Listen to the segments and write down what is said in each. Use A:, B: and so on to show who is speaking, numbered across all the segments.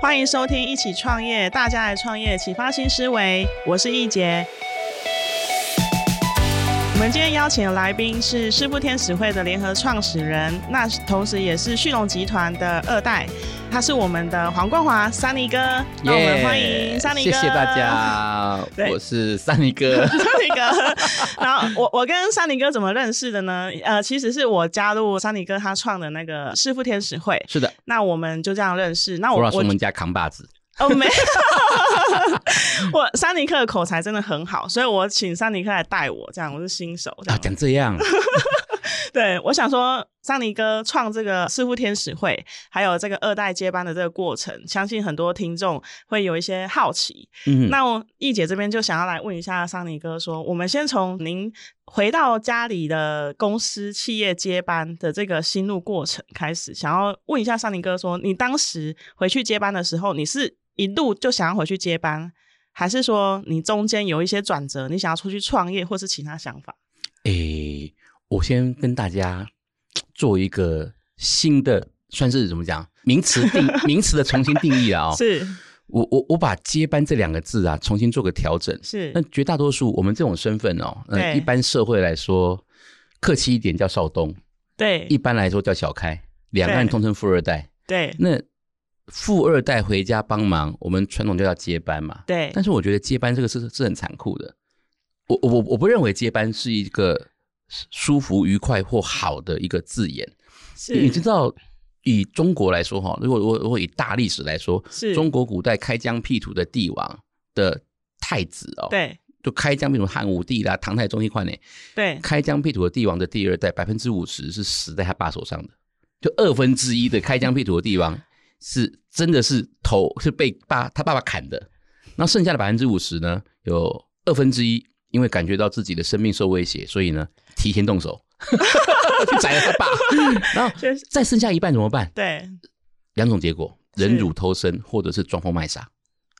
A: 欢迎收听《一起创业》，大家来创业，启发新思维。我是易杰。我们今天邀请的来宾是师傅天使会的联合创始人，那同时也是旭龙集团的二代，他是我们的黄冠华三尼哥。那我们欢迎三尼哥，
B: 谢谢大。家
A: 对，
B: 我是三尼哥。
A: 三尼哥，然后我我跟三尼哥怎么认识的呢？呃，其实是我加入三尼哥他创的那个师傅天使会，
B: 是的，
A: 那我们就这样认识。那
B: 我
A: 我
B: 老师
A: 我
B: 我们家扛把子，
A: 哦，没有，我桑尼克的口才真的很好，所以我请桑尼克来带我，这样我是新手。这
B: 啊，
A: 样，
B: 讲这样，
A: 对，我想说，桑尼哥创这个师傅天使会，还有这个二代接班的这个过程，相信很多听众会有一些好奇。
B: 嗯，
A: 那我易姐这边就想要来问一下桑尼哥说，我们先从您回到家里的公司企业接班的这个心路过程开始，想要问一下桑尼哥说，你当时回去接班的时候，你是一路就想要回去接班，还是说你中间有一些转折，你想要出去创业或是其他想法？
B: 诶，我先跟大家做一个新的，算是怎么讲，名词 定名词的重新定义了哦。
A: 是
B: 我我我把接班这两个字啊，重新做个调整。
A: 是
B: 那绝大多数我们这种身份哦，
A: 对
B: 嗯，一般社会来说，客气一点叫少东，
A: 对
B: 一般来说叫小开，两岸
A: 对
B: 通称富二代。
A: 对
B: 那富二代回家帮忙，我们传统就叫接班嘛。
A: 对
B: 但是我觉得接班这个是是很残酷的。我我我不认为接班是一个舒服、愉快或好的一个字眼。
A: 是，
B: 你知道，以中国来说哈，如果如果如果以大历史来说，
A: 是
B: 中国古代开疆辟土的帝王的太子哦，，
A: 对
B: 就开疆辟土汉武帝啦、唐太宗一块呢，
A: 对
B: 开疆辟土的帝王的第二代，百分之五十是死在他爸手上的，就二分之一的开疆辟土的帝王是真的是头是被爸他爸爸砍的，那剩下的百分之五十呢，有二分之一因为感觉到自己的生命受威胁，所以呢提前动手 去宰了他爸，然后
A: 就是
B: 再剩下一半怎么办？
A: 对
B: 两种结果，忍辱偷生或者是装疯卖傻。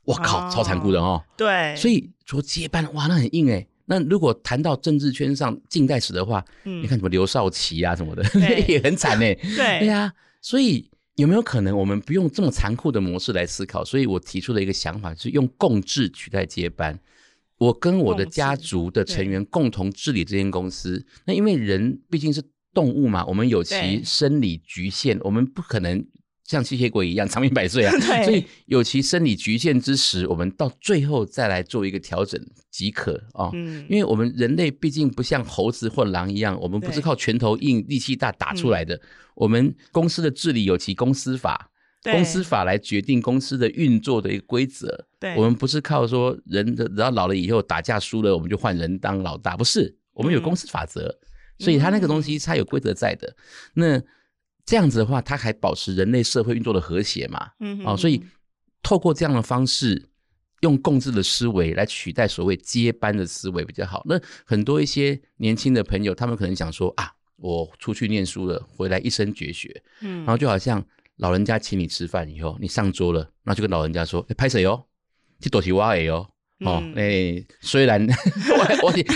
B: 我靠，
A: 哦哎
B: 超残酷的哦！
A: 对，
B: 所以说接班哇，那很硬哎。那如果谈到政治圈上近代史的话，
A: 嗯
B: 你看什么刘少奇啊什么的，
A: 对
B: 也很惨 哎。
A: 对
B: 对啊，所以有没有可能我们不用这么残酷的模式来思考？所以我提出了一个想法，就是用共治取代接班。我跟我的
A: 共治
B: 家族的成员共同治理这间公司。那因为人毕竟是动物嘛，我们有
A: 对
B: 其生理局限，我们不可能像吸血鬼一样长命百岁啊
A: 对。
B: 所以有其生理局限之时，我们到最后再来做一个调整即可哦。
A: 嗯
B: 因为我们人类毕竟不像猴子或狼一样，我们不是
A: 对嗯
B: 靠拳头硬、力气大打出来的。我们公司的治理有其公司法，
A: 对
B: 公司法来决定公司的运作的一个规则。
A: 对
B: 我们不是靠说人的，然后老了以后打架输了，我们就换人当老大，不是？我们有
A: 嗯
B: 公司法则，所以它那个东西它有规则在的。那这样子的话，它还保持人类社会运作的和谐嘛？
A: 嗯
B: 哦，所以透过这样的方式，用共治的思维来取代所谓接班的思维比较好。那很多一些年轻的朋友，他们可能想说啊，我出去念书了，回来一身绝学，
A: 嗯
B: 然后就好像老人家请你吃饭以后，你上桌了，那就跟老人家说，哎拍谁哦，去躲起挖哎哦。哦
A: 嗯，
B: 哎、虽然我我你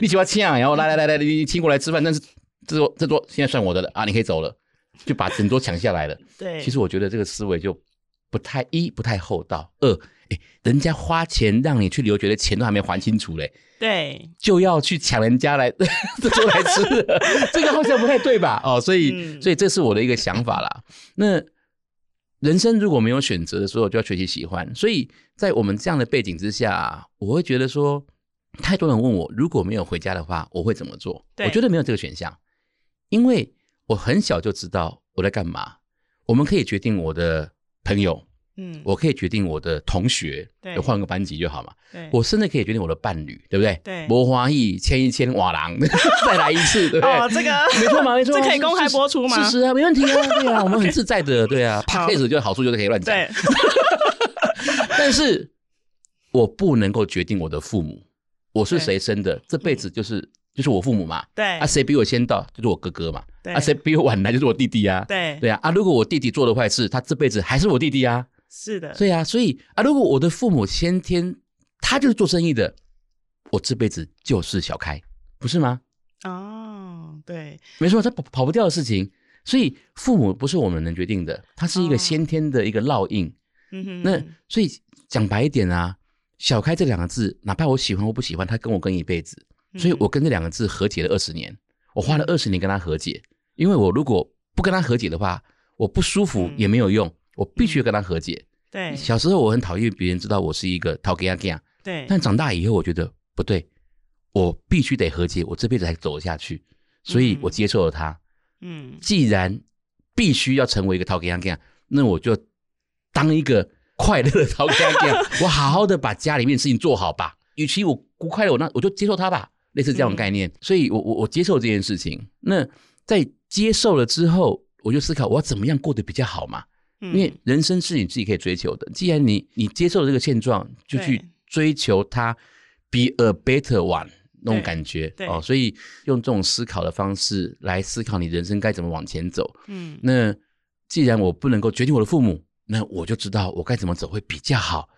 B: 你喜欢请啊，然后来来来来，你请过来吃饭，但是这桌这桌现在算我的了啊，你可以走了，就把整桌抢下来了。
A: 对，
B: 其实我觉得这个思维就不太一不太厚道，二哎，人家花钱让你去留学的钱都还没还清楚嘞，
A: 对
B: 就要去抢人家来 这桌来 吃了，这个好像不太对吧？哦，所以、
A: 嗯
B: 所以这是我的一个想法啦。那人生如果没有选择的时候，就要学习喜欢。所以在我们这样的背景之下，我会觉得说，太多人问我，如果没有回家的话，我会怎么做？
A: 对
B: 我觉得没有这个选项，因为我很小就知道我在干嘛。我们可以决定我的朋友，
A: 嗯，
B: 我可以决定我的同学
A: 对，
B: 换个班级就好嘛。
A: 对
B: 我甚至可以决定我的伴侣，对不对？
A: 哎对
B: 魔花艺签一签瓦郎， 再来一次，对不对？
A: 哦，这个
B: 没错嘛，没错嘛，
A: 这可以公开
B: 是
A: 播出吗
B: 是是啊，没问题啊，对啊，我们很自在的，对啊 p
A: 好
B: a c a 就好处就是可以乱讲，
A: 对，
B: 但是我不能够决定我的父母，我是谁生的，这辈子就是就是我父母嘛，
A: 嗯对
B: 啊，谁比我先到就是我哥哥嘛，
A: 对
B: 啊，谁比我晚来就是我弟弟啊，
A: 对
B: 对啊，啊，如果我弟弟做了坏事，他这辈子还是我弟弟啊，
A: 是的，
B: 对啊，所以啊，如果我的父母先天他就是做生意的，我这辈子就是小开，不是吗？
A: 哦，对，
B: 没错，他跑跑不掉的事情。所以父母不是我们能决定的，它是一个
A: 哦
B: 先天的一个烙印。
A: 嗯哼，
B: 那所以讲白一点啊，小开这两个字，哪怕我喜欢或不喜欢，他跟我跟一辈子，
A: 嗯
B: 所以
A: 음.
B: 我跟这两个字和解了二十年，我花了二十年跟他和解，因为我如果不跟他和解的话，我不舒服
A: 嗯
B: 也没有用，我必须跟他和解。
A: 对
B: 小时候我很讨厌别人知道我是一个讨给啊给啊，
A: 对，
B: 但长大以后我觉得不对，我必须得和解，我这辈子才走得下去，所以我接受了他。
A: 嗯
B: 既然必须要成为一个陶给样样，那我就当一个快乐的陶给样样，我好好的把家里面的事情做好吧。与其我不快乐，我那我就接受它吧，类似这种概念。所以我我我接受这件事情。那在接受了之后，我就思考我要怎么样过得比较好嘛。
A: 嗯，
B: 因为人生是你自己可以追求的。既然你你接受了这个现状，就去
A: 对
B: 追求它，be a better one 那种感觉
A: 对
B: 哦。所以用这种思考的方式来思考你人生该怎么往前走。
A: 嗯
B: 那既然我不能够决定我的父母，那我就知道我该怎么走会比较好。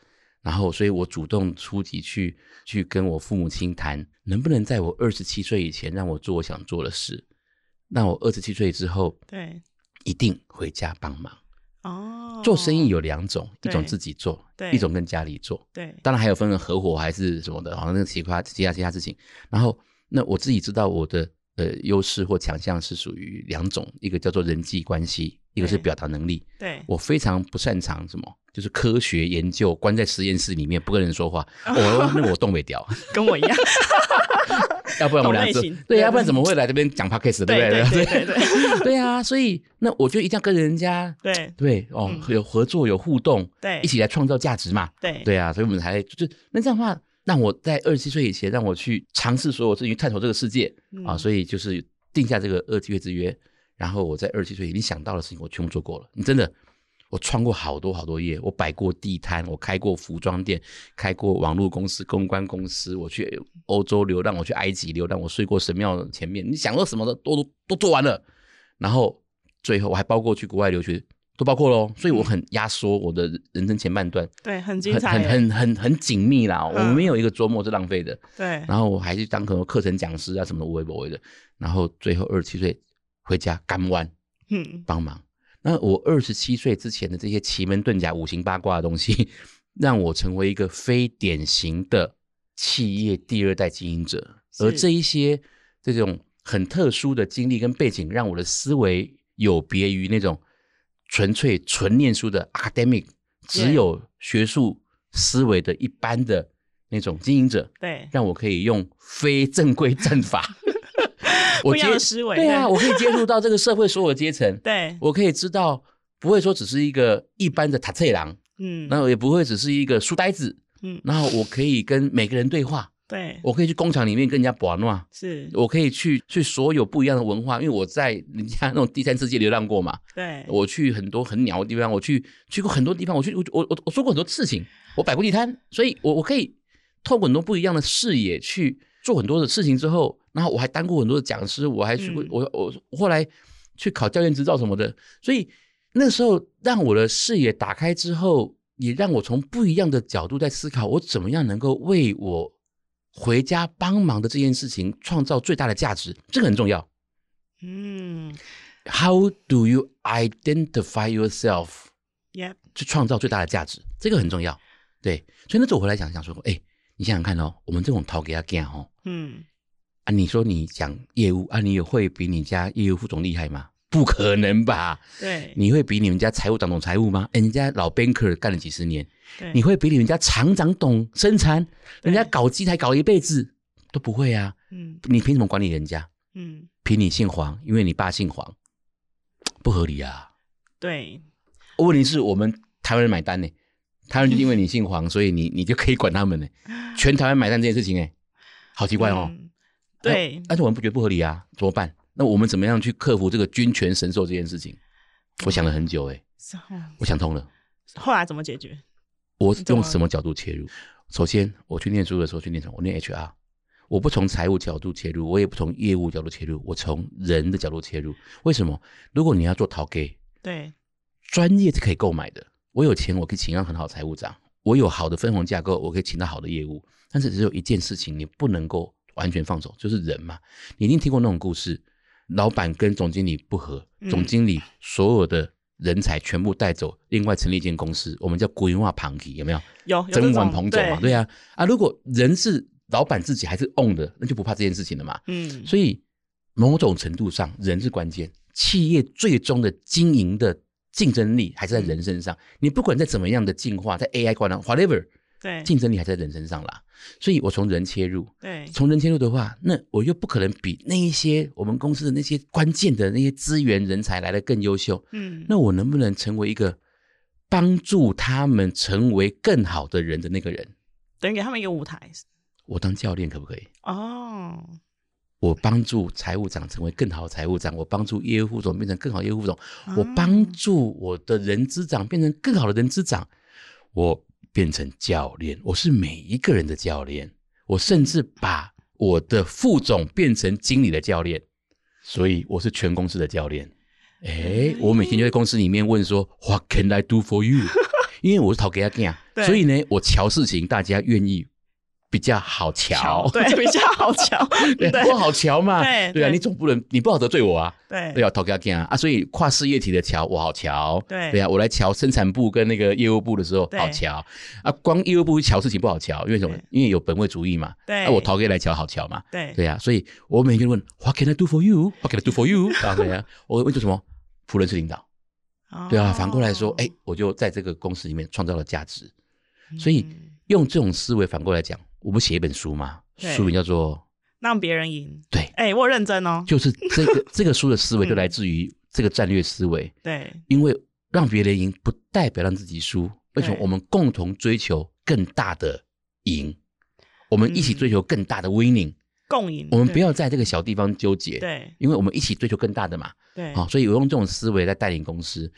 B: 然后，所以我主动出击去去跟我父母亲谈，能不能在我二十七岁以前让我做我想做的事。那我二十七岁之后
A: 对
B: 一定回家帮忙。
A: 哦，
B: 做生意有两种，一
A: 对
B: 种自己做，
A: 对
B: 一种跟家里做。
A: 对
B: 当然还有分合伙还是什么的，好像那个其他其他其他事情。然后那我自己知道我的呃优势或强项是属于两种，一个叫做人际关系，一个是
A: 对
B: 表达能力。
A: 对
B: 我非常不擅长什么，就是科学研究，关在实验室里面不跟人 说话，我那个我动不掉，
A: 跟我一样，
B: 要不然我们俩
A: 懂
B: 就
A: 类型
B: 对，要不然怎么会来这边讲 podcast 对
A: 对
B: 不
A: 对
B: 对？
A: 对对
B: 对啊，所以那我就一定要跟人家
A: 对
B: 对哦
A: 嗯
B: 有合作有互动，
A: 对
B: 一起来创造价值嘛。
A: 对
B: 对啊，所以我们才就是那这样的话，让我在二十七岁以前，让我去尝试所有事情，探索这个世界、啊，
A: 嗯
B: 所以就是定下这个二十七岁之约，然后我在二十七岁已经想到的事情，我全部做过了。你真的，我创过好多好多业，我摆过地摊，我开过服装店，开过网络公司、公关公司，我去欧洲流浪，我去埃及流浪，我睡过神庙前面，你想到什么的都都都做完了，然后最后我还包括去国外留学。都包括喽，所以我很压缩我的人生前半段，
A: 嗯对，很精
B: 很
A: 彩
B: 很
A: 耶，
B: 很很很紧密啦，我
A: 嗯
B: 们没有一个周末是浪费的。
A: 对
B: 然后我还去当很多课程讲师啊什么的，我也不为的。然后最后二十七岁回家干弯
A: 嗯
B: 帮忙。那我二十七岁之前的这些奇门遁甲、五行八卦的东西， 让我成为一个非典型的企业第二代经营者。
A: 是
B: 而这一些这种很特殊的经历跟背景，让我的思维有别于那种纯粹纯念书的 academic，只有学术思维的一般的那种经营者，
A: 对
B: 让我可以用非正规战法， 我
A: 不一
B: 接
A: 样的思维
B: 对啊，
A: 对
B: 我可以接触到这个社会所有的阶层，
A: 对
B: 我可以知道不会说只是一个一般的塔翠郎，
A: 嗯
B: 然后也不会只是一个书呆子，
A: 嗯
B: 然后我可以跟每个人对话，
A: 对
B: 我可以去工厂里面跟人家玩闹，
A: 是
B: 我可以去去所有不一样的文化，因为我在人家那种第三世界流浪过嘛，
A: 对
B: 我去很多很鸟的地方，我去去过很多地方，我去我我我我做过很多事情，我摆过地摊，所以我我可以透过很多不一样的视野去做很多的事情之后，然后我还当过很多的讲师，我还去过、
A: 嗯
B: 我我我后来去考教练执照什么的，所以那时候让我的视野打开之后，也让我从不一样的角度在思考，我怎么样能够为我回家帮忙的这件事情创造最大的价值，这个很重要。
A: 嗯
B: How do you identify yourself？
A: ，yep
B: 去创造最大的价值，这个很重要。对，所以那时候我回来想想说，哎、你想想看哦，我们这种逃给他干哦，
A: 嗯
B: 啊，你说你讲业务啊，你有会比你家业务副总厉害吗？不可能吧？
A: 对
B: 你会比你们家财务长懂财务吗？哎人家老 banker 干了几十年，
A: 对
B: 你会比你们家厂长懂生产？
A: 对
B: 人家搞机台搞一辈子都不会啊，
A: 嗯
B: 你凭什么管理人家？
A: 嗯
B: 凭你姓黄，因为你爸姓黄，不合理啊。
A: 对
B: 问题是我们台湾人买单呢、台湾人就因为你姓黄，所以你你就可以管他们呢、全台湾买单这件事情哎、好奇怪哦。
A: 嗯对，
B: 但是我们不觉得不合理啊，怎么办？那我们怎么样去克服这个君权神授这件事情？我想了很久哎、
A: So-
B: 我想通了，
A: 哦后来怎么解决？
B: 我
A: 怎
B: 用
A: 么
B: 什么角度切入？首先，我去念书的时候去念什么？我念 HR。我不从财务角度切入，我也不从业务角度切入，我从人的角度切入。为什么？如果你要做淘 gay，
A: 对，
B: 专业是可以购买的。我有钱，我可以请到很好的财务长；我有好的分红架构，我可以请到好的业务。但是只有一件事情，你不能够完全放手，就是人嘛。你一定听过那种故事：老板跟总经理不和，
A: 嗯
B: 总经理所有的人才全部带走，另外成立一间公司，我们叫国营化庞体，有没有？
A: 有有
B: 整
A: 这
B: 碗
A: 种
B: 捧走嘛？对，啊，啊，如果人是老板自己还是 on 的，那就不怕这件事情了嘛。
A: 嗯，
B: 所以某种程度上，人是关键，企业最终的经营的竞争力还是在人身上。
A: 嗯
B: 你不管在怎么样的进化，在 AI 观呢，whatever，
A: 对
B: 竞争力还是在人身上啦。所以我从人切入，
A: 对
B: 从人切入的话，那我又不可能比那一些我们公司的那些关键的那些资源人才来的更优秀。
A: 嗯，
B: 那我能不能成为一个帮助他们成为更好的人的那个人？
A: 等于给他们一个舞台
B: 我当教练可不可以？
A: 哦，
B: 我帮助财务长成为更好的财务长，我帮助业务副总变成更好的业务副总，我
A: 啊
B: 帮助我的人资长变成更好的人资长，我变成教练，我是每一个人的教练，我甚至把我的副总变成经理的教练，所以我是全公司的教练。哎
A: 哎，
B: 我每天就在公司里面问说，What can I do for you？因为我是讨给他干，啊
A: 对
B: 所以呢，我瞧事情大家愿意比较好瞧。
A: 对比较好瞧，对
B: 对，我好瞧嘛，
A: 对
B: 对啊，
A: 对
B: 你总不能你不好得罪我啊，
A: 对
B: 对啊，头给他啊啊，所以跨事业体的桥我好瞧，
A: 对
B: 对啊，我来瞧生产部跟那个业务部的时候
A: 对
B: 好瞧啊，光业务部瞧事情不好瞧，因为什么
A: 对？
B: 因为有本位主义嘛，
A: 对
B: 啊，我头给来瞧好瞧嘛，
A: 对
B: 对啊，所以我每天问 What can I do for you? What can I do for you? 啊，对啊，我问做什么？仆人是领导，对
A: 哦
B: 啊，反过来说，哎，我就在这个公司里面创造了价值，
A: 嗯
B: 哎所以用这种思维反过来讲，我们写一本书嘛，
A: 对
B: 书名叫做
A: 让别人赢，
B: 对。
A: 哎，我有认真哦，
B: 就是 这个这个书的思维就
A: 嗯
B: 来自于这个战略思维，
A: 对
B: 因为让别人赢不代表让自己输，为什么
A: 对
B: 我们共同追求更大的赢？我们一起
A: 嗯
B: 追求更大的 winning，、
A: 共赢，
B: 我们
A: 对
B: 不要在这个小地方纠结，
A: 对
B: 因为我们一起追求更大的嘛。
A: 对
B: 好、所以我用这种思维来带领公司，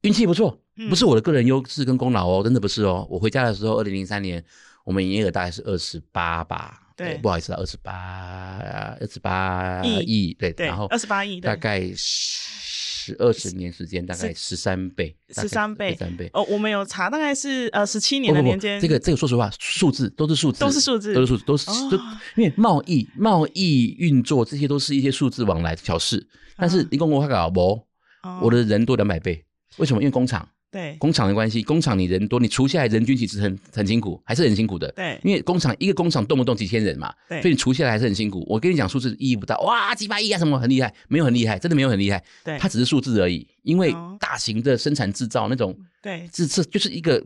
B: 运气不错，
A: 嗯
B: 不是我的个人优势跟功劳哦，真的不是哦。我回家的时候，二零零三年，我们营业额大概是二十八吧，
A: 对
B: 哎不好意思啊，二十八，二十八
A: 亿
B: 亿，对，
A: 对
B: 然后
A: 28亿对
B: 大概十二十年时间，大概十三倍，
A: 13倍
B: 十三倍。
A: 哦，我们有查，大概是呃十七
B: 不
A: 年
B: 不
A: 的
B: 不
A: 年，间，
B: 这个这个，说实话，数字都是数字，
A: 都是数字
B: 都是数字，都是
A: 哦
B: 都，因为贸易、贸易运作这些都是一些数字往来的小事，但是
A: 啊
B: 一共我搞不，
A: 哦
B: 我的人多两百倍，为什么？因为工厂，
A: 对
B: 工厂的关系，工厂你人多，你除下来人均其实很很辛苦，还是很辛苦的。
A: 对
B: 因为工厂一个工厂动不动几千人嘛，
A: 对
B: 所以你除下来还是很辛苦。我跟你讲数字意义不大，哇，几百亿啊什么很厉害，没有很厉害，真的没有很厉害，
A: 对
B: 它只是数字而已。因为
A: 哎哦嗯
B: 大型的生产制造那种，
A: 对
B: 这这就是一个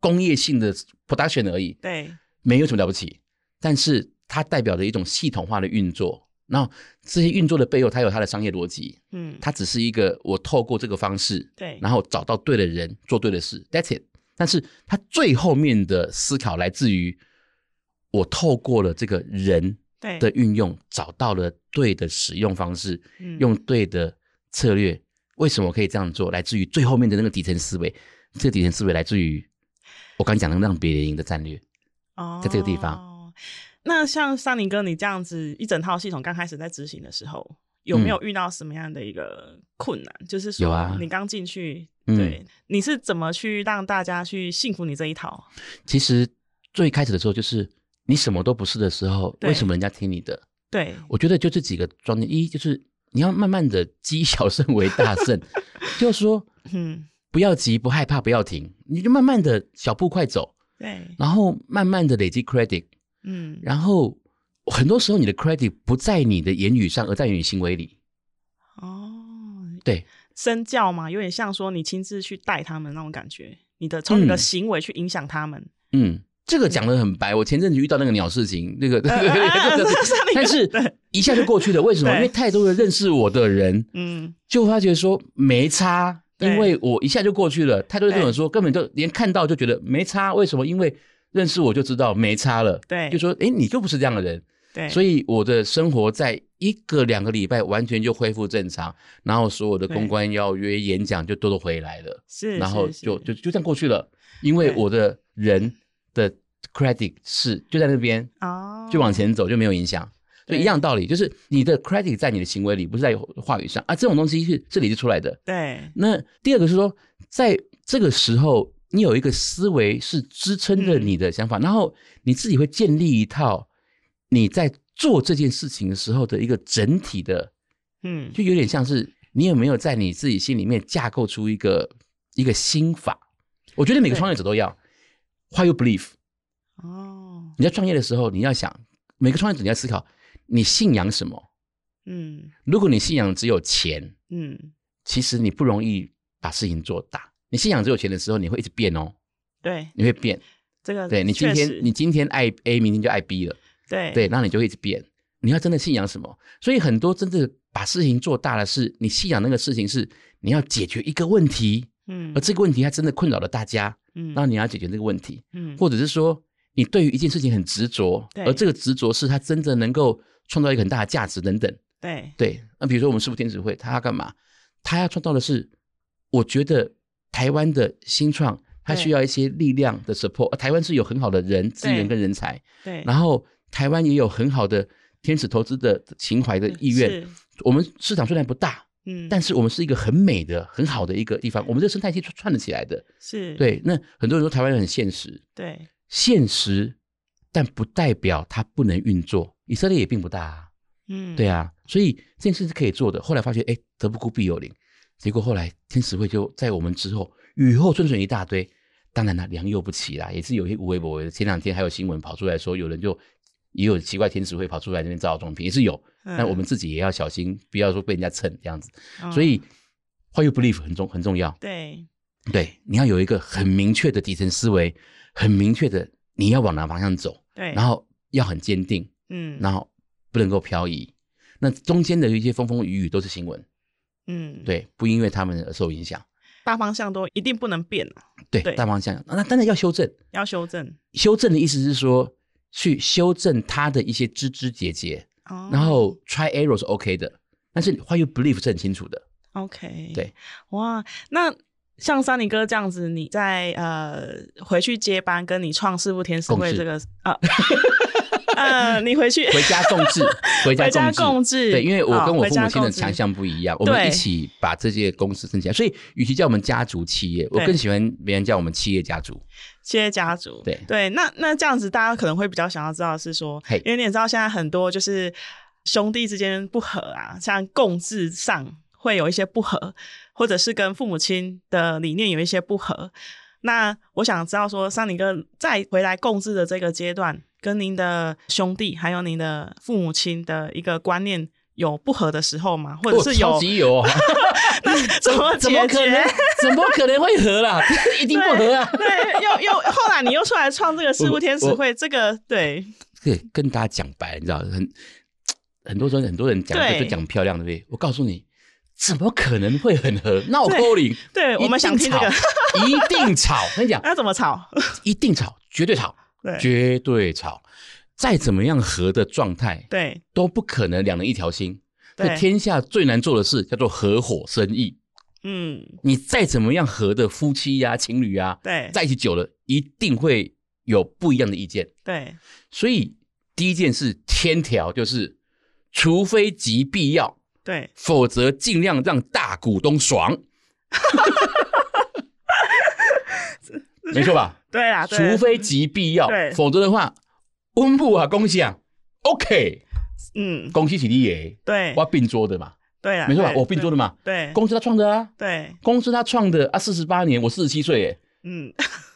B: 工业性的 production 而已，
A: 对
B: 没有什么了不起。但是它代表着一种系统化的运作，那这些运作的背后，它有它的商业逻辑，
A: 嗯
B: 它只是一个我透过这个方式，
A: 对
B: 然后找到对的人，做对的事，That's it。但是它最后面的思考来自于我透过了这个人
A: 对
B: 的运用，找到了对的使用方式，
A: 嗯
B: 用对的策略。为什么可以这样做？来自于最后面的那个底层思维，这个底层思维来自于我刚讲的让别人赢的战略。
A: 哦，
B: 在这个地方
A: 那像桑尼哥你这样子一整套系统刚开始在执行的时候，有没有遇到什么样的一个困难？就是
B: 嗯有
A: 说
B: 啊
A: 你刚进去，
B: 嗯
A: 对，你是怎么去让大家去信服你这一套？
B: 其实最开始的时候，就是你什么都不是的时候，
A: 对
B: 为什么人家听你的？
A: 对
B: 我觉得就这几个装点，一就是你要慢慢的积小胜为大 胜，就是说
A: 嗯，
B: 不要急，不害怕，不要停，你就慢慢的小步快走，
A: 对，
B: 然后慢慢的累积 credit，
A: 嗯，
B: 然后很多时候你的 credit 不在你的言语上，而在于你行为里。
A: 哦，
B: 对，
A: 身教嘛，有点像说你亲自去带他们那种感觉，你的从你的
B: 嗯
A: 行为去影响他 们。
B: 嗯，这个讲的很白。我前阵子遇到那个鸟事情，那个，
A: 呃呃呃呃是 那个
B: 但是
A: 对
B: 一下就过去了。为什么？
A: 对
B: 因为太多的认识我的人，
A: 嗯，
B: 就发觉说没差，
A: 对
B: 因为我一下就过去了。太多这种人说，根本就连看到就觉得没差，为什么？因为认识我就知道没差了。
A: 对
B: 就说诶，你就不是这样的人，
A: 对，
B: 所以我的生活在一个两个礼拜完全就恢复正常，然后所有的公关邀约、演讲就都都回来了，
A: 是，
B: 然后
A: 是是
B: 就就就这样过去了，因为
A: 对
B: 我的人的 credit 是就在那边，
A: 哦，
B: 就往前走就没有影响。所以
A: 对
B: 一样道理，就是你的 credit 在你的行为里，不是在话语上啊。这种东西是是理是出来的。
A: 对
B: 那第二个是说，在这个时候，你有一个思维是支撑着
A: 嗯
B: 你的想法，然后你自己会建立一套你在做这件事情的时候的一个整体的，
A: 嗯
B: 就有点像是你有没有在你自己心里面架构出一个一个心法？我觉得每个
A: 对
B: 创业者都要，Why you believe？
A: 哦
B: 你在创业的时候，你要想每个创业者你要思考，你信仰什么？
A: 嗯
B: 如果你信仰只有钱，
A: 嗯
B: 其实你不容易把事情做大。你信仰只有钱的时候，你会一直变哦，
A: 对
B: 你会变。
A: 这个
B: 对你今
A: 呃确
B: 天
A: 实
B: 你今天爱 A，明天就爱 B 了，
A: 对
B: 对，那你就会一直变。你要真的信仰什么？所以很多真正把事情做大的是，你信仰那个事情是你要解决一个问题，
A: 嗯
B: 而这个问题它真的困扰了大家，
A: 嗯
B: 那你要解决这个问题。
A: 嗯
B: 或者是说你对于一件事情很执着，
A: 对
B: 而这个执着是它真正能够创造一个很大的价值等等。
A: 对
B: 对，那比如说我们师傅天使会，他要干嘛？他要创造的是，我觉得台湾的新创，它
A: 对
B: 需要一些力量的 support。呃台湾是有很好的人资源跟人才，
A: 对，
B: 然后台湾也有很好的天使投资的情怀的意愿。
A: 嗯是
B: 我们市场虽然不大，
A: 嗯，
B: 但是我们是一个很美的、很好的一个地方，我们这个生态系串串得起来的。
A: 是
B: 对，那很多人说台湾人很现实，
A: 对
B: 现实，但不代表它不能运作。以色列也并不大、啊，
A: 嗯
B: 对啊，所以这件事是可以做的。后来发现，哎，德不孤必有邻，结果后来天使会就在我们之后雨后春笋一大堆。当然了，良莠不齐啦，也是有一些无微不微的。前两天还有新闻跑出来说，有人就也有奇怪天使会跑出来那边造装品，也是有。
A: 嗯
B: 那我们自己也要小心，不要说被人家蹭这样子。
A: 嗯
B: 所以，what you believe 很重很重要。
A: 对
B: 对，你要有一个很明确的底层思维，很明确的你要往哪方向走，
A: 对，
B: 然后要很坚定，
A: 嗯
B: 然后不能够漂移。那中间的一些风风雨雨都是新闻，
A: 嗯
B: 对，不因为他们而受影响。
A: 大方向都一定不能变啊，
B: 对，
A: 对
B: 大方向。那当然要修正，
A: 要修正
B: 修正的意思是说去修正它的一些枝枝节节，
A: 哦，
B: 然后 try error 是 OK 的，但是 why you believe 是很清楚的。
A: OK，
B: 对，
A: 哇，那像三林哥这样子，你在呃回去接班，跟你创世部天使
B: 共
A: 会
B: 事
A: 这个啊， 呃，你回 去
B: 回家共治，
A: 回
B: 回
A: 家
B: 家
A: 共
B: 共
A: 治
B: 治。对，因为我
A: 哦
B: 跟我
A: 回
B: 父
A: 家
B: 母亲
A: 共
B: 的
A: 治
B: 强项不一样，我们
A: 对
B: 一起把这些公司撑起来。所以，与其叫我们家族企业，我
A: 对
B: 更喜欢别人叫我们企业家族。
A: 企业家族，
B: 对
A: 对，那那这样子，大家可能会比较想要知道的是说
B: 嘿，
A: 因为你也知道现在很多就是兄弟之间不和啊，像共治上会有一些不和，或者是跟父母亲的理念有一些不合。那我想知道说，桑尼哥再回来共治的这个阶段，跟您的兄弟还有您的父母亲的一个观念有不合的时候吗？或者
B: 哦
A: 是有、
B: 超级有 哦，
A: 怎么
B: 怎么
A: 解
B: 可
A: 决
B: 能？怎么可能会 合啦？ 一定不合啊！
A: 对，又又后来你又出来创这个事
B: 我
A: 务天使
B: 我
A: 会，这个对，
B: 对，跟大家讲白，你知道，很很多时候很多人讲
A: 对
B: 就就讲漂亮，对不对？我告诉你，怎么可能会很合？那我扣零。
A: 对，我们想听这个，
B: 一定吵，一定吵！ 我跟你讲，
A: 那怎么吵？
B: 一定吵，绝对吵，
A: 对
B: 绝对吵。再怎么样合的状态，
A: 对
B: 都不可能两人一条心。
A: 对
B: 这天下最难做的事叫做合伙生意。
A: 嗯，
B: 你再怎么样合的夫妻呀、情侣呀、
A: 对
B: 在一起久了，一定会有不一样的意见。
A: 对
B: 所以第一件事天条就是，除非极必要，
A: 对，
B: 否则尽量让大股东爽。 没错吧？
A: 对啦，啊对
B: 除非极必要
A: 对，
B: 否则的话，温布啊，恭喜啊，OK，
A: 嗯，
B: 恭喜起立耶，
A: 对
B: 我要并桌的嘛，
A: 对啦，
B: 没错吧？
A: 对
B: 我并桌的嘛，
A: 对
B: 公司他创的啊，
A: 对，
B: 公司他创的啊，四十八年，我四十七岁耶。
A: 嗯，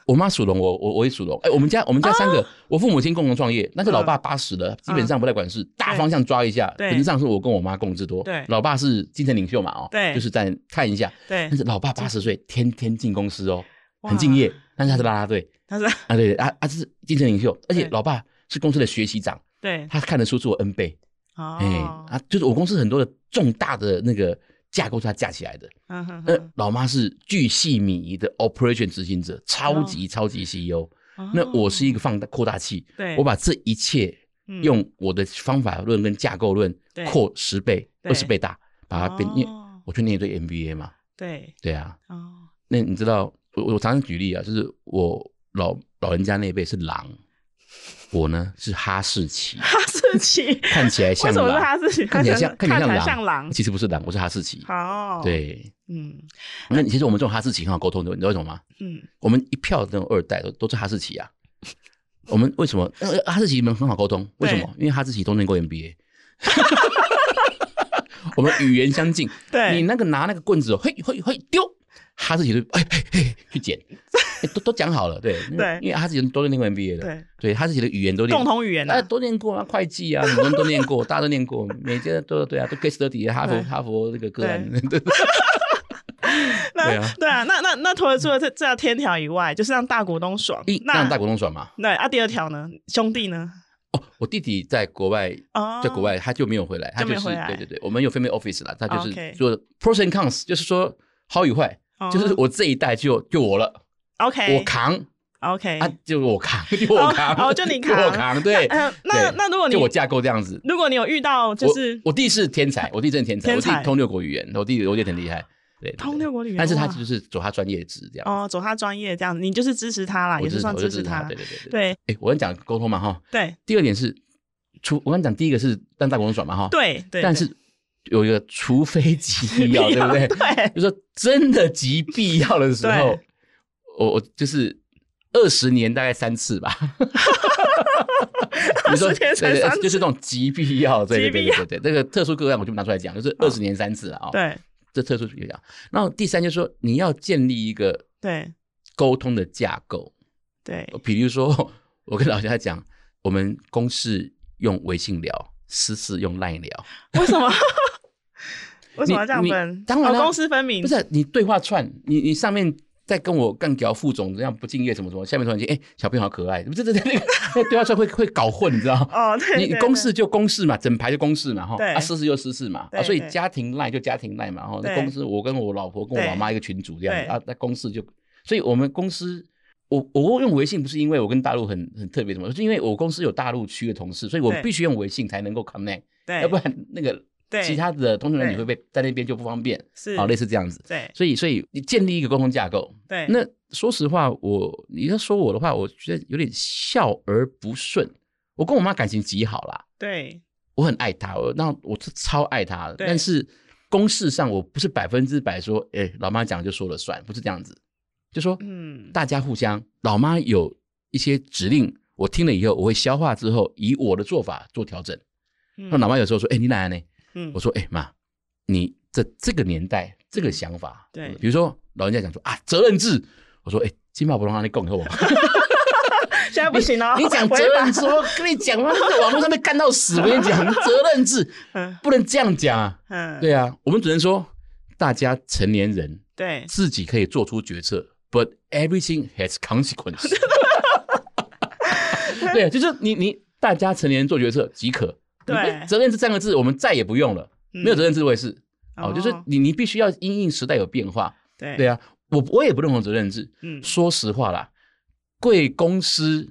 B: 我妈属龙，我我我也属龙。哎、我们家我们家三
A: 哦
B: 个，我父母亲共同创业，但是老爸八十了，基本上不太管事，大方向抓一下。
A: 嗯对
B: 本质上是我跟我妈共治多。
A: 对
B: 老爸是精神领袖嘛，哦，
A: 对
B: 就是在看一下。
A: 对
B: 但，是老爸八十岁，天天进公司哦，
A: 哇
B: 很敬业，但是他是啦啦队
A: 他说
B: 啊，对啊啊，这是精神领袖，而且
A: 对
B: 老爸是公司的学习长，
A: 对
B: 他看得出是我 N 倍。哎、
A: 哦，
B: 啊，就是我公司很多的重大的那个架构是他架起来的。
A: 嗯哼
B: 那
A: 哼，
B: 老妈是巨细靡遗的 operation 执行者，超级超级 CEO。
A: 嗯哦
B: 那我是一个放大扩大器，
A: 对，
B: 我把这一切
A: 嗯
B: 用我的方法论跟架构论
A: 对
B: 扩十倍、
A: 对
B: 二十倍大，把它变。因为
A: 哦
B: 我去念一堆 MBA 嘛，
A: 对
B: 对啊。
A: 哦，
B: 那你知道，我我常常举例啊，就是我老老人家那一辈是狼，我呢是哈士奇，
A: 哈士奇，
B: 看起来 像
A: 为什么是
B: 狼
A: 哈士奇？
B: 看起来像
A: 看起
B: 起
A: 来
B: 来
A: 看起来
B: 狼，
A: 像狼
B: 其实不是狼，我是哈士奇。
A: 好，，
B: 对，
A: 嗯
B: 那其实我们这种哈士奇很好沟通的，你知道为什么吗？
A: 嗯，
B: 我们一票的那种二代都都是哈士奇啊。我们为什么、呃哈士奇们很好沟通？为什么？因为哈士奇都念过 MBA。我们语言相近，
A: 对
B: 你那个拿那个棍子，嘿嘿嘿丢，哈士奇就嘿嘿嘿 去捡，哎都都讲好了，对
A: 对
B: 因为哈士奇都念过 MBA 的，
A: 对，
B: 对，哈士奇的语言都念
A: 共同语言
B: 哎
A: 啊，
B: 都念过啊，会计啊，什么都念 过，大家都念过，每间都对啊，都 case study，哈佛
A: 对
B: 哈佛那个个案， 对对
A: 那
B: 啊
A: 对啊，那那那除了除了这这条天条以外，就是让大股东爽
B: 一，
A: 那
B: 让大股东爽嘛。
A: 对啊，第二条呢，兄弟呢？
B: 哦，我弟弟在国外
A: 哦，
B: 在国外他就没有回来，他
A: 就没
B: 就
A: 有
B: 是
A: 回来哦
B: 对对对，我们有 family office 啦，他就是
A: OK
B: 做 pros and cons，就是说好与坏，
A: 哦，哎
B: 就是我这一代就就我了，
A: OK，
B: 我扛
A: OK
B: 啊，就我扛， 就我扛，
A: 哦就你
B: 就我扛，对。
A: 呃那
B: 对
A: 那如果你
B: 就我架构这样子，
A: 如果你有遇到就是
B: 我我弟是 天才，我弟真的天才，
A: 天
B: 我弟
A: 才
B: 通六国语言，我弟我弟很厉害，对，对
A: 通六国语言，
B: 但是他
A: 哇
B: 就是走他专业职这样子。
A: 哦，走他专业这样子，你就是支持他啦，
B: 我
A: 也
B: 就是是
A: 算
B: 我就
A: 支
B: 支
A: 持
B: 持他，
A: 他
B: 对。对对对。
A: 对
B: 哎，我跟你讲沟通嘛哈，
A: 对
B: 第二点是，除我刚讲第一个是让大股东爽嘛哈，，
A: 对对，
B: 但是有一个除非极 必要，
A: 必
B: 对
A: 要
B: 不对？
A: 对
B: 就说真的极必要的时候
A: 对，
B: 我我就是二十年大概三 次吧。你说
A: 20年才
B: 对对
A: 三次
B: 就是那种极必要，对对
A: 极必
B: 对
A: 要嗯
B: 对对，对这个特殊个案我就不拿出来讲，就是二十年三次啊，哦，
A: 对
B: 这特殊个案。然后第三就是说，你要建立一个
A: 对
B: 沟通的架构，
A: 对
B: 比如说，我跟老家讲，我们公事用微信聊，私事用 LINE 聊，
A: 为什么？ 为什么要这样
B: 你
A: 分？
B: 当然
A: 哦
B: 啦
A: 公私分明
B: 不是啊你对话串，你你上面在跟我干屌副总这样不敬业什么什么，下面突然间哎、小朋友好可爱，这这这 那个那对话串会会搞混，你知道吗？
A: 哦，对，
B: 啊你
A: 对
B: 公事就公事嘛，整排就公事嘛，哈，
A: 对
B: 啊，私事就私事嘛，
A: 对
B: 啊，所以
A: 对
B: 家庭赖就家庭赖嘛，哈，
A: 对
B: 那公司我跟我老婆跟我
A: 对
B: 老妈一个群组这样
A: 对
B: 子啊，那公事就，所以我们公司，我我用微信不是因为我跟大陆很很特别什么，是因为我公司有大陆区的同事，所以我
A: 对
B: 必须用微信才能够 connect，
A: 对，
B: 要不然那个
A: 对
B: 其他的通讯人你
A: 对
B: 会被在那边就不方便，
A: 是
B: 啊，类似这样子，
A: 对
B: 所以所以你建立一个沟通架构，
A: 对
B: 那说实话，我你要说我的话，我觉得有点笑而不顺。我跟我妈感情极好啦，
A: 对
B: 我很爱她，我那我是超爱她的。
A: 对
B: 但是公事上，我不是百分之百说，哎、老妈讲就说了算，不是这样子。就说，
A: 嗯
B: 大家互相，老妈有一些指令，我听了以后，我会消化之后，以我的做法做调整。
A: 嗯
B: 那老妈有时候说，哎、你奶奶呢？
A: 嗯
B: 我说，哎、妈，你这这个年代这个想法，
A: 嗯对
B: 比如说老人家讲说啊，责任制，我说，哎、金马不让你供给我。
A: 现在不行哦，
B: 你讲责
A: 违法
B: 任制，我跟你讲，我在网络上被干到死。我跟你讲，责任制
A: 嗯
B: 不能这样讲啊。
A: 嗯
B: 对啊，我们只能说，大家成年人
A: 对
B: 自己可以做出决策，but everything has consequence。对，啊就是你你大家成年人做决策即可。
A: 对
B: 你们责任制三个字我们再也不用了，没有责任制我也是。
A: 嗯哦
B: 哦，就是你你必须要因应时代有变化。
A: 对
B: 对啊，我我也不认同责任制，
A: 嗯
B: 说实话啦，贵公司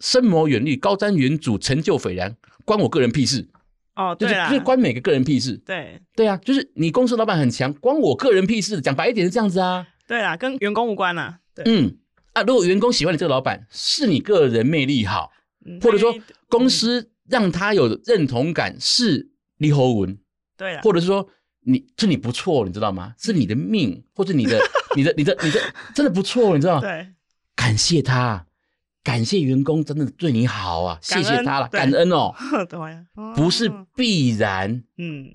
B: 深谋远虑、高瞻远瞩、成就斐然，关我个人屁事，
A: 哦
B: 就是
A: 对啦
B: 就是关每个个人屁事。
A: 对
B: 对啊，就是你公司老板很强，关我个人屁事。讲白一点是这样子啊，
A: 对啦，跟员工无关啦，对
B: 嗯啊，如果员工喜欢你这个老板，是你个人魅力好，
A: 嗯
B: 或者说
A: 他愿意
B: 公司让他有认同感，是李侯文，
A: 对啦，
B: 或者是说你是你不错，你知道
A: 嗯
B: 吗？是你的命，或者你 的你的你的你的真的不错，你知道吗？
A: 对
B: 感谢他，感谢员工真的对你好啊，
A: 感
B: 谢
A: 恩
B: 谢他了，
A: 对
B: 感恩哦，
A: 对啊，哦
B: 不是必然，
A: 嗯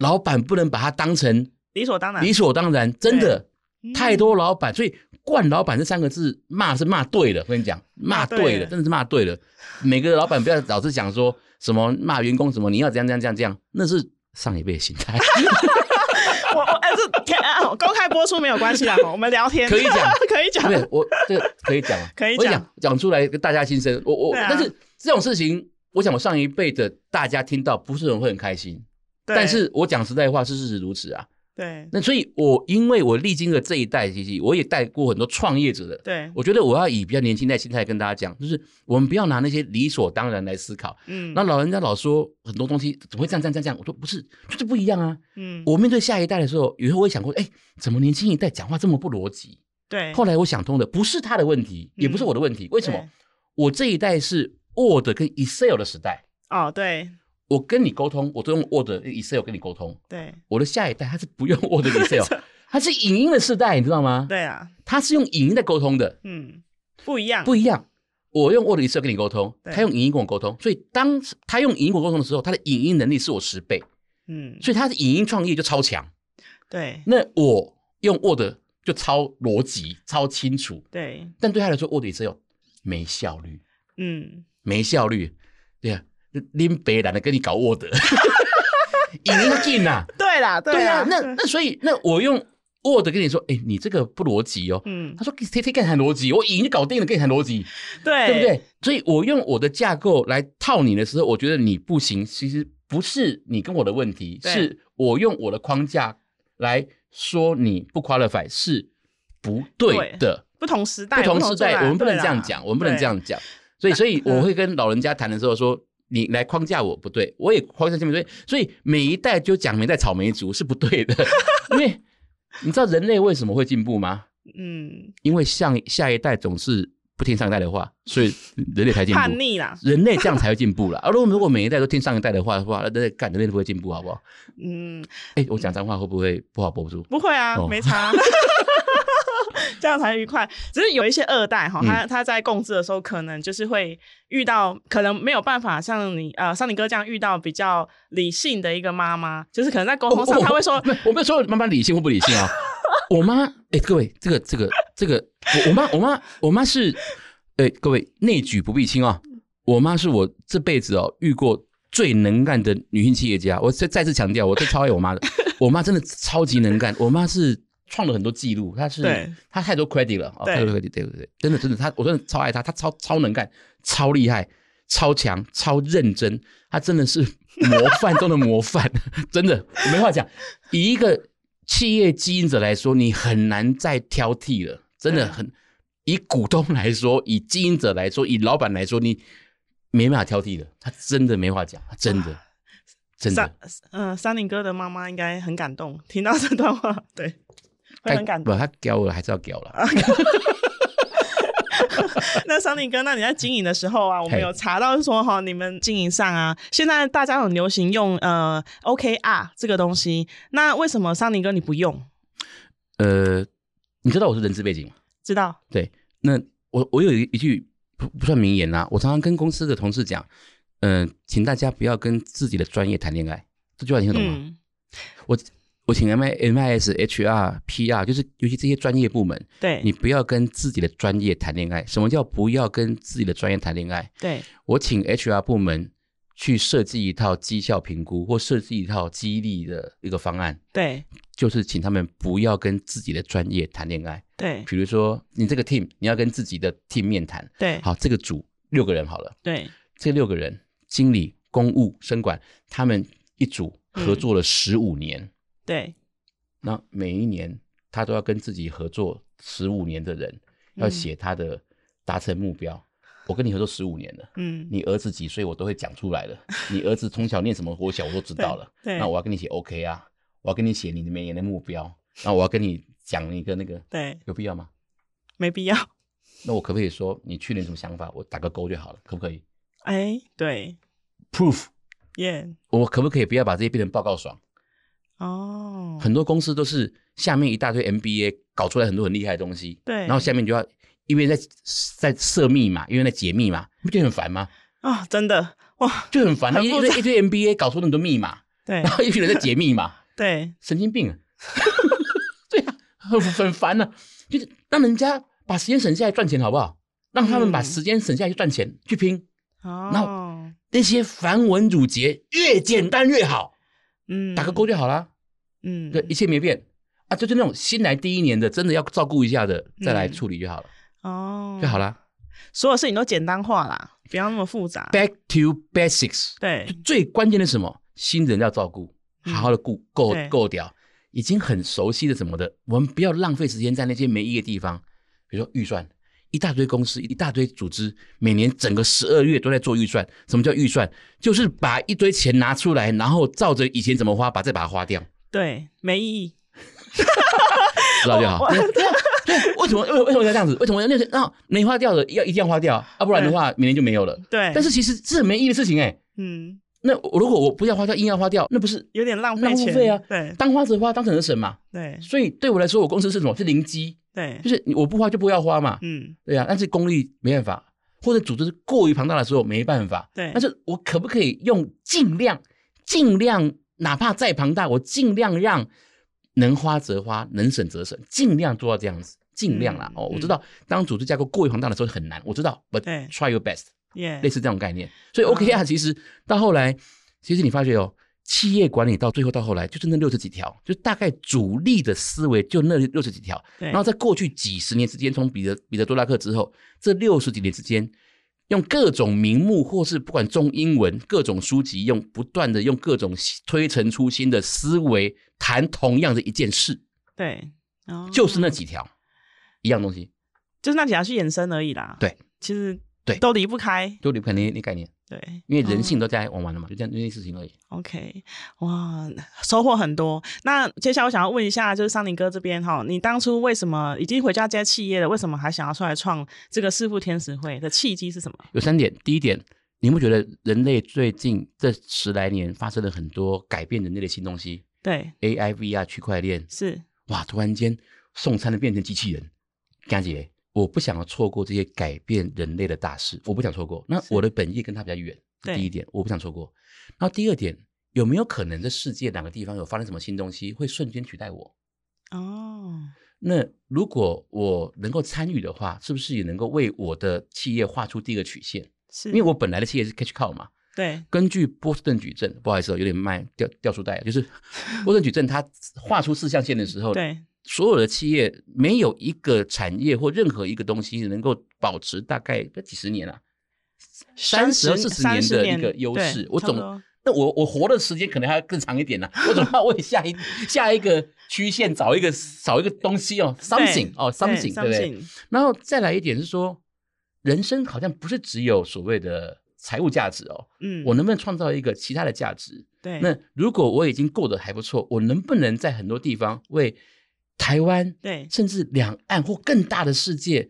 B: 老板不能把它当成
A: 理所当然
B: 理所当然，真的
A: 嗯
B: 太多老板，所以惯老板这三个字骂是骂对了，我跟你讲，骂
A: 对
B: 对
A: 了
B: 了，真的是骂对了。每个老板不要老是讲说什么骂员工什么你要怎样怎样怎样怎样，那是上一辈的心态，
A: 我我哎，这天啊，公开播出没有关系啦，我们聊天
B: 可以讲
A: 可以讲，
B: 对，我这个可以讲啊，
A: 可以
B: 我
A: 讲
B: 讲讲出来跟大家心声。我我、
A: 对啊
B: 但是这种事情，我想我上一辈的大家听到不是很会很开心，
A: 对
B: 但是我讲实在话是事实如此啊。
A: 对
B: 那所以我，因为我历经了这一代，其实我也带过很多创业者的。
A: 对，
B: 我觉得我要以比较年轻的心态跟大家讲，就是我们不要拿那些理所当然来思考。
A: 嗯，
B: 那老人家老说很多东西怎么会这样这样这样这样？我说不是，就是不一样啊。
A: 嗯，
B: 我面对下一代的时候，有时候我也想过，哎，怎么年轻一代讲话这么不逻辑？
A: 对，
B: 后来我想通了，不是他的问题，也不是我的问题。为什么
A: 嗯对？
B: 我这一代是 Word 跟 Excel 的时代，
A: 哦，对
B: 我跟你沟通，我都用 Word、Excel 跟你沟通。
A: 对
B: 我的下一代他是不用 Word、Excel，他是影音的时代，你知道
A: 啊
B: 吗？，
A: 对啊，
B: 他是用影音在沟通的，
A: 嗯，不一样，
B: 不一样。我用 Word、Excel 跟你沟通，
A: 对
B: 他用影音跟我沟通，所以当他用影音跟我沟通的时候，他的影音能力是我十倍，
A: 嗯，
B: 所以他的影音创业就超强。
A: 对
B: 那我用 Word 就超逻辑、超清楚，
A: 对，
B: 但对他来说，Word、Excel 没效率，
A: 嗯，
B: 没效率。对呀、啊，林北懒得跟你搞 Word，影音进啊。
A: 对啦，
B: 对
A: 啊
B: 啊，，那那所以那我用 Word 跟你说，哎、你这个不逻辑哦。
A: 嗯，
B: 他说谁谁跟你谈逻辑，我已经搞定了，跟你谈逻辑，
A: 对
B: 对不？对？所以我用我的架构来套你的时候，我觉得你不行。其实不是你跟我的问题，
A: 对
B: 是我用我的框架来说你不 qualify 是不对的。
A: 不同时代，
B: 不同时
A: 做
B: 代，
A: 法
B: 我们不能
A: 对啦
B: 这样讲，我们不能
A: 对嗯
B: 这样讲。所以，所以我会跟老人家谈的时候说，你来框架我不对，我也框架下面对。所以每一代就讲每一代草莓族是不对的， 因为你知道人类为什么会进步吗？
A: 嗯，
B: 因为像下一代总是不听上一代的话，所以人类才进步。
A: 叛逆啦，
B: 人类这样才会进步了。啊而如果如果每一代都听上一代的话的话，那人类干人类都不会进步，好不好？
A: 嗯，
B: 哎、我讲脏话会不会不好播出？
A: 不会啊，
B: 哦
A: 没差。 这样才愉快。只是有一些二代
B: 嗯
A: 哈，他他在共治的时候，可能就是会遇到，可能没有办法像你呃，像你哥这样遇到比较理性的一个妈妈，就是可能在沟通
B: 哦
A: 上，他会说
B: 没有我没有说妈妈理性或不理性啊。 我妈，哎、各位，这个这个这个，我我妈我妈我妈是，哎、各位内举不避亲啊、我妈是我这辈子哦遇过最能干的女性企业家。我再再次强调，我最超爱我妈的，我妈真的超级能干。我妈是创了很多记录，她是
A: 对
B: 她太多 credit 了，哦、
A: 对
B: 太多 credit，对对对，真的真的，她我真的超爱她，她超超能干，超厉害，超强，超认真，她真的是模范中的模范， 真的我没话讲。以一个企业经营者来说，你很难再挑剔了，真的
A: 对
B: 很。以股东来说，以经营者来说，以老板来说，你没办法挑剔的，他真的没话讲，他真的，真
A: 三
B: 的
A: 嗯、三林哥的妈妈应该很感动，听到这段话， 对，会很感
B: 不，
A: 动。啊
B: 他屌了还是要屌了，
A: 那桑林哥，那你在经营的时候啊，我们
B: 嘿
A: 有查到说哈，你们经营上啊，现在大家很流行用呃 OKR 这个东西，那为什么桑林哥你不用？
B: 呃，你知道我是人资背景吗？
A: 知道？
B: 那我我有一一句不不算名言啦、啊我常常跟公司的同事讲，嗯、请大家不要跟自己的专业谈恋爱，这句话你听得懂吗？
A: 嗯，
B: 我我请 M I M I S H R P R，就是尤其这些专业部门，
A: 对，
B: 你不要跟自己的专业谈恋爱。什么叫不要跟自己的专业谈恋爱？
A: 对，
B: 我请 HR 部门去设计一套绩效评估或设计一套激励的一个方案，
A: 对，
B: 就是请他们不要跟自己的专业谈恋爱。
A: 对，
B: 比如说，你这个 team，你要跟自己的 team 面谈。
A: 对，
B: 好，这个组六个人好了，
A: 对，
B: 这六个人，经理、公务、生管，他们一组合作了十五年，
A: 对，
B: 那、每一年他都要跟自己合作十五年的人，要写他的达成目标。我跟你合作十五年了。
A: 嗯，
B: 你儿子几岁我都会讲出来了，你儿子从小念什么国小我都知道了。
A: 对对
B: 那我要跟你写 OK 啊，我要跟你写你每年的目标，那我要跟你讲一个那个，
A: 对，
B: 有必要吗？
A: 没必要。
B: 那我可不可以说你去年什么想法，我打个勾就好了，可不可以
A: 哎，对，
B: ？Proof，
A: 耶，
B: 我可不可以不要把这些变成报告爽？
A: 哦，
B: 很多公司都是下面一大堆 MBA 搞出来很多很厉害的东西，
A: 对
B: 然后下面就要因为在在设密码，因为在解密码，你不觉得很烦吗？
A: 啊，真的，哇，
B: 就很烦，啊
A: 很
B: 一
A: 复杂
B: 堆一堆 MBA 搞出那么多密码，
A: 对
B: 然，后一群人在解密码。
A: 对，
B: 神经病、啊， 对啊，很很烦呢、就是让人家把时间省下来赚钱，好不好？让他们把
A: 嗯
B: 时间省下来去赚钱，去拼
A: 哦，
B: 那些繁文缛节，越简单越好，
A: 嗯，
B: 打个勾，就好啦。
A: 嗯，
B: 对，一切没变啊，就是那种新来第一年的，真的要照顾一下的，再来
A: 嗯
B: 处理就好了，
A: 哦，
B: 就好，啦。
A: 所有事情都简单化啦，不要那么复杂。
B: Back to basics，
A: 对
B: 最关键的是什么？新人要照顾，
A: 嗯
B: 好好的顾，够
A: 对
B: 够掉。已经很熟悉的什么的，我们不要浪费时间在那些没意义的地方，比如说预算。一大堆公司，一大堆组织，每年整个十二月都在做预算。什么叫预算？就是把一堆钱拿出来，然后照着以前怎么花，把再把它花掉，
A: 对，没意义。
B: 知道就好。对对啊对，为什么为为什么要这样子？为什么要那些那没花掉的要一定要花掉啊？不然的话，明年就没有了。
A: 对，
B: 但是其实这很没意义的事情哎、
A: 嗯，
B: 那我如果我不要花掉，硬要花掉，那不是
A: 有点浪
B: 浪
A: 费钱。
B: 费啊？
A: 对
B: 当花则花，当省则省嘛。
A: 对
B: 所以对我来说，我公司是什么？是零基，
A: 对
B: 就，是我不花就不要花嘛。
A: 嗯，
B: 对啊，但是功力没办法，或者组织过于庞大的时候没办法。
A: 对
B: 但是我可不可以用尽量、尽量，哪怕再庞大，我尽量让能花则花，能省则省，尽量做到这样子，尽量啦。
A: 嗯
B: 哦，我知
A: 嗯
B: 道，当组织架构过于庞大的时候很难，我知道，but
A: 对嗯
B: try your best，
A: 耶
B: 类，似这种概念。所以 OKR、其实到后来，其实你发觉哦。企业管理到最后到后来就是那六十几条，就大概主力的思维就那六十几条，
A: 对
B: 然后在过去几十年之间，从彼得彼得多拉克之后，这六十几年之间，用各种名目或是不管中英文各种书籍，用不断的用各种推陈出新的思维谈同样的一件事，
A: 对，哦
B: 就是那几条一样东西，
A: 就是那几条去衍生而已啦。
B: 对，
A: 其实
B: 对
A: 都离不开。
B: 就你不可能那那概念，
A: 对，
B: 因为人
A: 哦
B: 性都在玩完了嘛，就这样那件事情而已。
A: OK，哇，收获很多。那接下来我想要问一下，就是桑尼哥这边哈，你当初为什么已经回家接企业了，为什么还想要出来创这个四富天使会的契机是什么？
B: 有三点，第一点，你不觉得人类最近这十来年发生了很多改变人类的新东西
A: 对，
B: ？AI、VR、区块链，
A: 是，
B: 哇，突然间送餐的变成机器人，甘姐，我不想要错过这些改变人类的大事，我不想错过。那
A: 是
B: 我的本业跟他比较远，这
A: 对
B: 第一点，我不想错过。然后第二点，有没有可能这世界哪个地方有发生什么新东西，会瞬间取代我？
A: 哦，
B: 那如果我能够参与的话，是不是也能够为我的企业画出第一个曲线？
A: 是
B: 因为我本来的企业是 cash cow 嘛，
A: 对
B: 根据波士顿矩阵，不好意思哦，有点卖掉掉书袋了，就是波士顿矩阵，它画出四象限的时候，
A: 对
B: 所有的企业没有一个产业或任何一个东西能够保持大概这几十年啊，三十四十年的一个优势。我总那我我活的时间可能还要更长一点呢、啊我总要为下一下一个曲线找一个找一个东西哦，something 哦，something 对不对？然后再来一点是说，人生好像不是只有所谓的财务价值哦，
A: 嗯，
B: 我能不能创造一个其他的价值？
A: 对
B: 那如果我已经过得还不错，我能不能在很多地方为台湾、
A: 对
B: 甚至两岸或更大的世界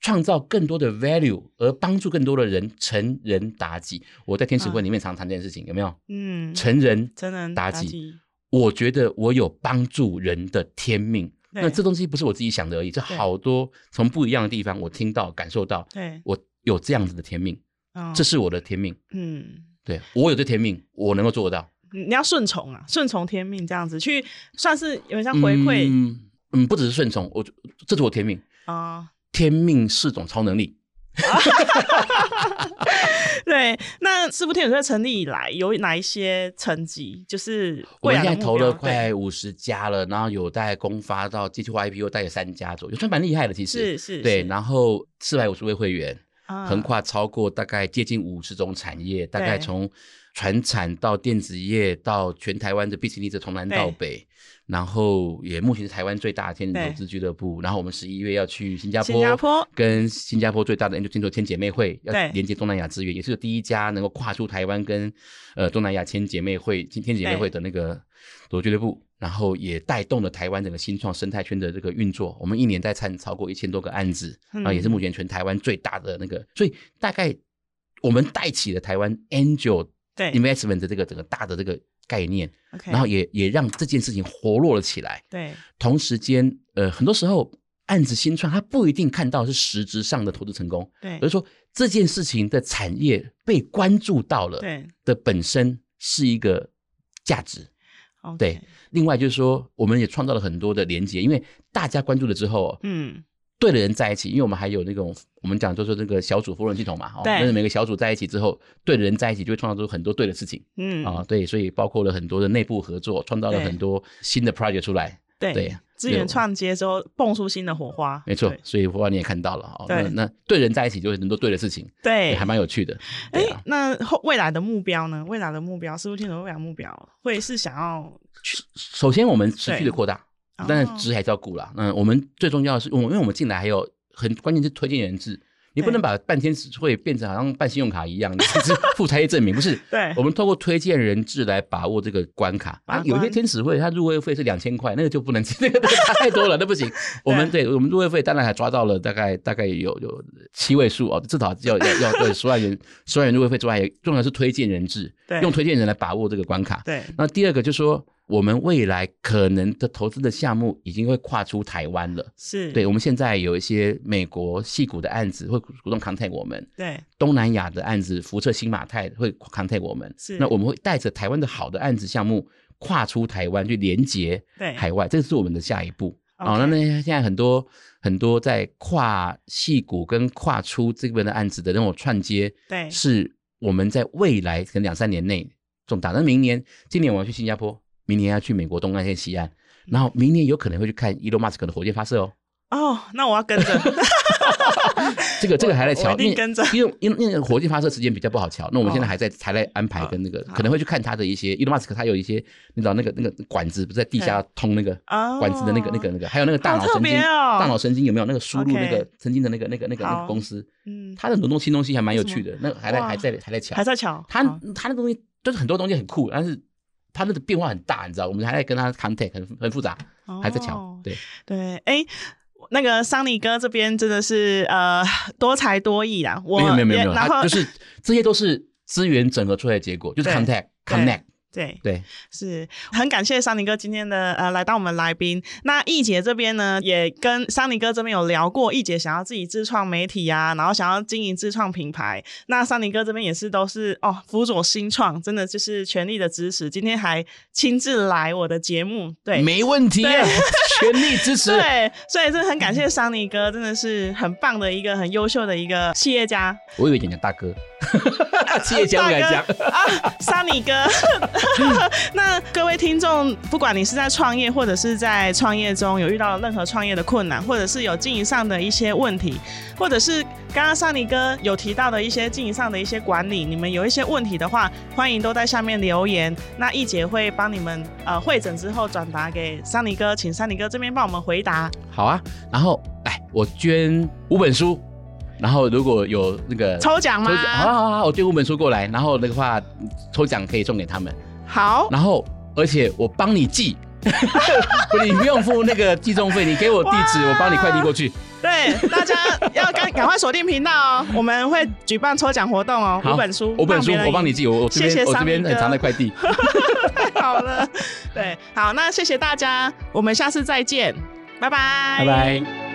B: 创造更多的 value，而帮助更多的人成人达己？我在天使会里面常谈这件事情，有没有？
A: 嗯
B: 成人
A: 真人
B: 达
A: 达
B: 己
A: 己，
B: 我觉得我有帮助人的天命。
A: 对
B: 那这东西不是我自己想的而已，这
A: 对
B: 好多从不一样的地方我听到、感受到，
A: 对，
B: 我有这样子的天命，
A: 哦
B: 这是我的天命。
A: 嗯。
B: 对我有这天命，我能够做得到。
A: 你要顺从啊，顺从天命这样子去，算是有点像回馈
B: 嗯，嗯，不只是顺从，我这是我天命，
A: 啊、
B: 天命是种超能力。
A: 对，那四部天使会成立以来有哪一些成绩？就是
B: 我
A: 未
B: 们
A: 来
B: 现
A: 的目
B: 在投
A: 标
B: 了快五十家了，然后有大概公发到 G T Y I P U 大概有三家左右，算蛮厉害的其
A: 对是
B: 实。
A: 是
B: 对，
A: 是
B: 然后四百五十位会员，
A: 啊
B: 横跨超过大概接近五十种产业，大概
A: 对
B: 从船产到电子业到全台湾的 business 从南到
A: 对
B: 北，然后也目前是台湾最大的天使投
A: 对
B: 资俱乐部，然后我们十一月要去新加坡，
A: 新加坡
B: 跟新加坡最大的 Angel 天姐妹会要
A: 对
B: 连接东南亚资源，也是第一家能够跨出台湾跟呃东南亚千姐妹会天天姐妹会的那个多俱乐部，然后也带动了台湾整个新创生态圈的这个运作。我们一年在参超过一千多个案子，
A: 嗯
B: 然啊后也是目前全台湾最大的那个，所以大概我们带起了台湾 Angel
A: 对
B: Investment 的这个整个大的这个概念，
A: ，OK，
B: 然后也也让这件事情活络了起来。
A: 对
B: 同时间，呃，很多时候案子新创，它不一定看到是实质上的投资成功，
A: 对
B: 而是说这件事情的产业被关注到了
A: 对
B: 的本身是一个价值。
A: ，OK，
B: 对，另外就是说，我们也创造了很多的连接，因为大家关注了之后哦，
A: 嗯，
B: 对的人在一起，因为我们还有那种我们讲就是那个小组扶轮系统嘛，哦，
A: 对
B: 那每个小组在一起之后，对的人在一起就会创造出很多对的事情。
A: 嗯
B: 啊、对，所以包括了很多的内部合作，创造了
A: 对
B: 很多新的 project 出来。
A: 对
B: 对
A: 资源
B: 有
A: 串接之后蹦出新的火花，
B: 没错
A: 对，
B: 所以我把你也看到了哦。
A: 对
B: 那那对人在一起就会能做对的事情，也
A: 对
B: 还，蛮有趣的。
A: 哎、
B: 对啊，
A: 那后未来的目标呢？未来的目标，师傅听懂未来目标会是想要
B: 首先我们持续
A: 对
B: 的扩大，
A: 哦
B: 但是值还是要顾啦。嗯，我们最重要的是，我们因为我们进来还有很关键是推荐人制，你不
A: 对
B: 能把办天使会变成好像办信用卡一样，你只是付财业证明，不是？
A: 对
B: 我们透过推荐人制来把握这个关卡
A: 把
B: 啊。
A: 关
B: 有一些天使会，它入会费是两千块，那个就不能，那个差太多了，那不行。我们对我们入会费当然还抓到了大概大概有有七位数哦，至少要要要对十万元十万元入会费之外，也重要的是推荐人制
A: 对，
B: 用推荐人来把握这个关卡。
A: 对
B: 那第二个就是说，我们未来可能的投资的项目已经会跨出台湾了。
A: 是
B: 对，我们现在有一些美国戏股的案子会主动 contact 我们，
A: 对
B: 东南亚的案子福特新马泰会 contact 我们
A: 是，
B: 那我们会带着台湾的好的案子项目跨出台湾去连接
A: 对
B: 海外，这是我们的下一步。
A: OK
B: 哦，那那现在很多很多在跨戏股跟跨出这边的案子的那种串接，
A: 对
B: 是我们在未来可能两三年内重大。那明年，今年我要去新加坡，明年要去美国东岸跟西岸，
A: 嗯
B: 然后明年有可能会去看 Elon Musk 的火箭发射哦。
A: 哦，那我要跟着，
B: 这个这个还在
A: 我
B: 瞧，
A: 一定跟着哦
B: 因为因为因为火箭发射时间比较不好瞧，那我们现在还在还在安排
A: 好
B: 跟那个
A: 好
B: 可能会去看他的一些 Elon Musk 他有一些你知道那个那个管子不是在地下通那个
A: 哦
B: 管子的那个那个那个，还有那个大
A: 好
B: 脑
A: 特
B: 神
A: 别
B: 经
A: 哦
B: 大脑神经有没有那个输入
A: OK
B: 那个神经的那个那个那个那
A: 好
B: 个公司，
A: 嗯，
B: 他的很多东西新东西还蛮有
A: 什么
B: 趣的，那个还在
A: 哇
B: 还在还在瞧
A: 还，在瞧
B: 他
A: 好
B: 他那东西就是很多东西很酷，但是他那个变化很大，你知道，我们还在跟他 contact 很很复杂，还在瞧
A: 哦，
B: 对。
A: 对，哎、那个桑尼哥这边真的是呃多才多艺啦，我
B: 没有没有没有
A: 也
B: 没有，
A: 然后
B: 它就是这些都是资源整合出来的结果，就是
A: 对
B: contact
A: 对
B: connect。
A: 对，
B: 对，
A: 是很感谢桑尼哥今天的呃来到我们来宾。那易姐这边呢，也跟桑尼哥这边有聊过，易姐想要自己自创媒体啊，然后想要经营自创品牌。那桑尼哥这边也是都是哦，辅佐新创，真的就是全力的支持。今天还亲自来我的节目，对，
B: 没问题啊，全力支持。
A: 对，所以真的很感谢桑尼哥，真的是很棒的一个很优秀的一个企业家。
B: 我以为讲讲 大哥，企业家不敢
A: 大
B: 讲
A: 哥。啊，桑尼哥。 那各位听众，不管你是在创业，或者是在创业中有遇到任何创业的困难，或者是有经营上的一些问题，或者是刚刚桑尼哥有提到的一些经营上的一些管理，你们有一些问题的话，欢迎都在下面留言。那易姐会帮你们呃会诊之后转达给桑尼哥，请桑尼哥这边帮我们回答。
B: 好啊，然后哎，我捐五本书，然后如果有那个
A: 抽奖吗
B: 抽好啊好啊好啊，我捐五本书过来，然后那个话抽奖可以送给他们，
A: 好，
B: 然后而且我帮 你寄。你不用付那个寄送费，你给我地址，
A: 哇
B: 我帮你快递过去。
A: 对大家要赶赶快锁定频道哦，我们会举办抽奖活动哦，
B: 好
A: 五本书，
B: 五本书
A: 让别人
B: 我帮你寄，我我这
A: 谢谢
B: 边我
A: 桑
B: 这边
A: 尼
B: 很常
A: 哥
B: 在快递。
A: 太 好了，对，好，那谢谢大家，我们下次再见，拜拜，
B: 拜拜。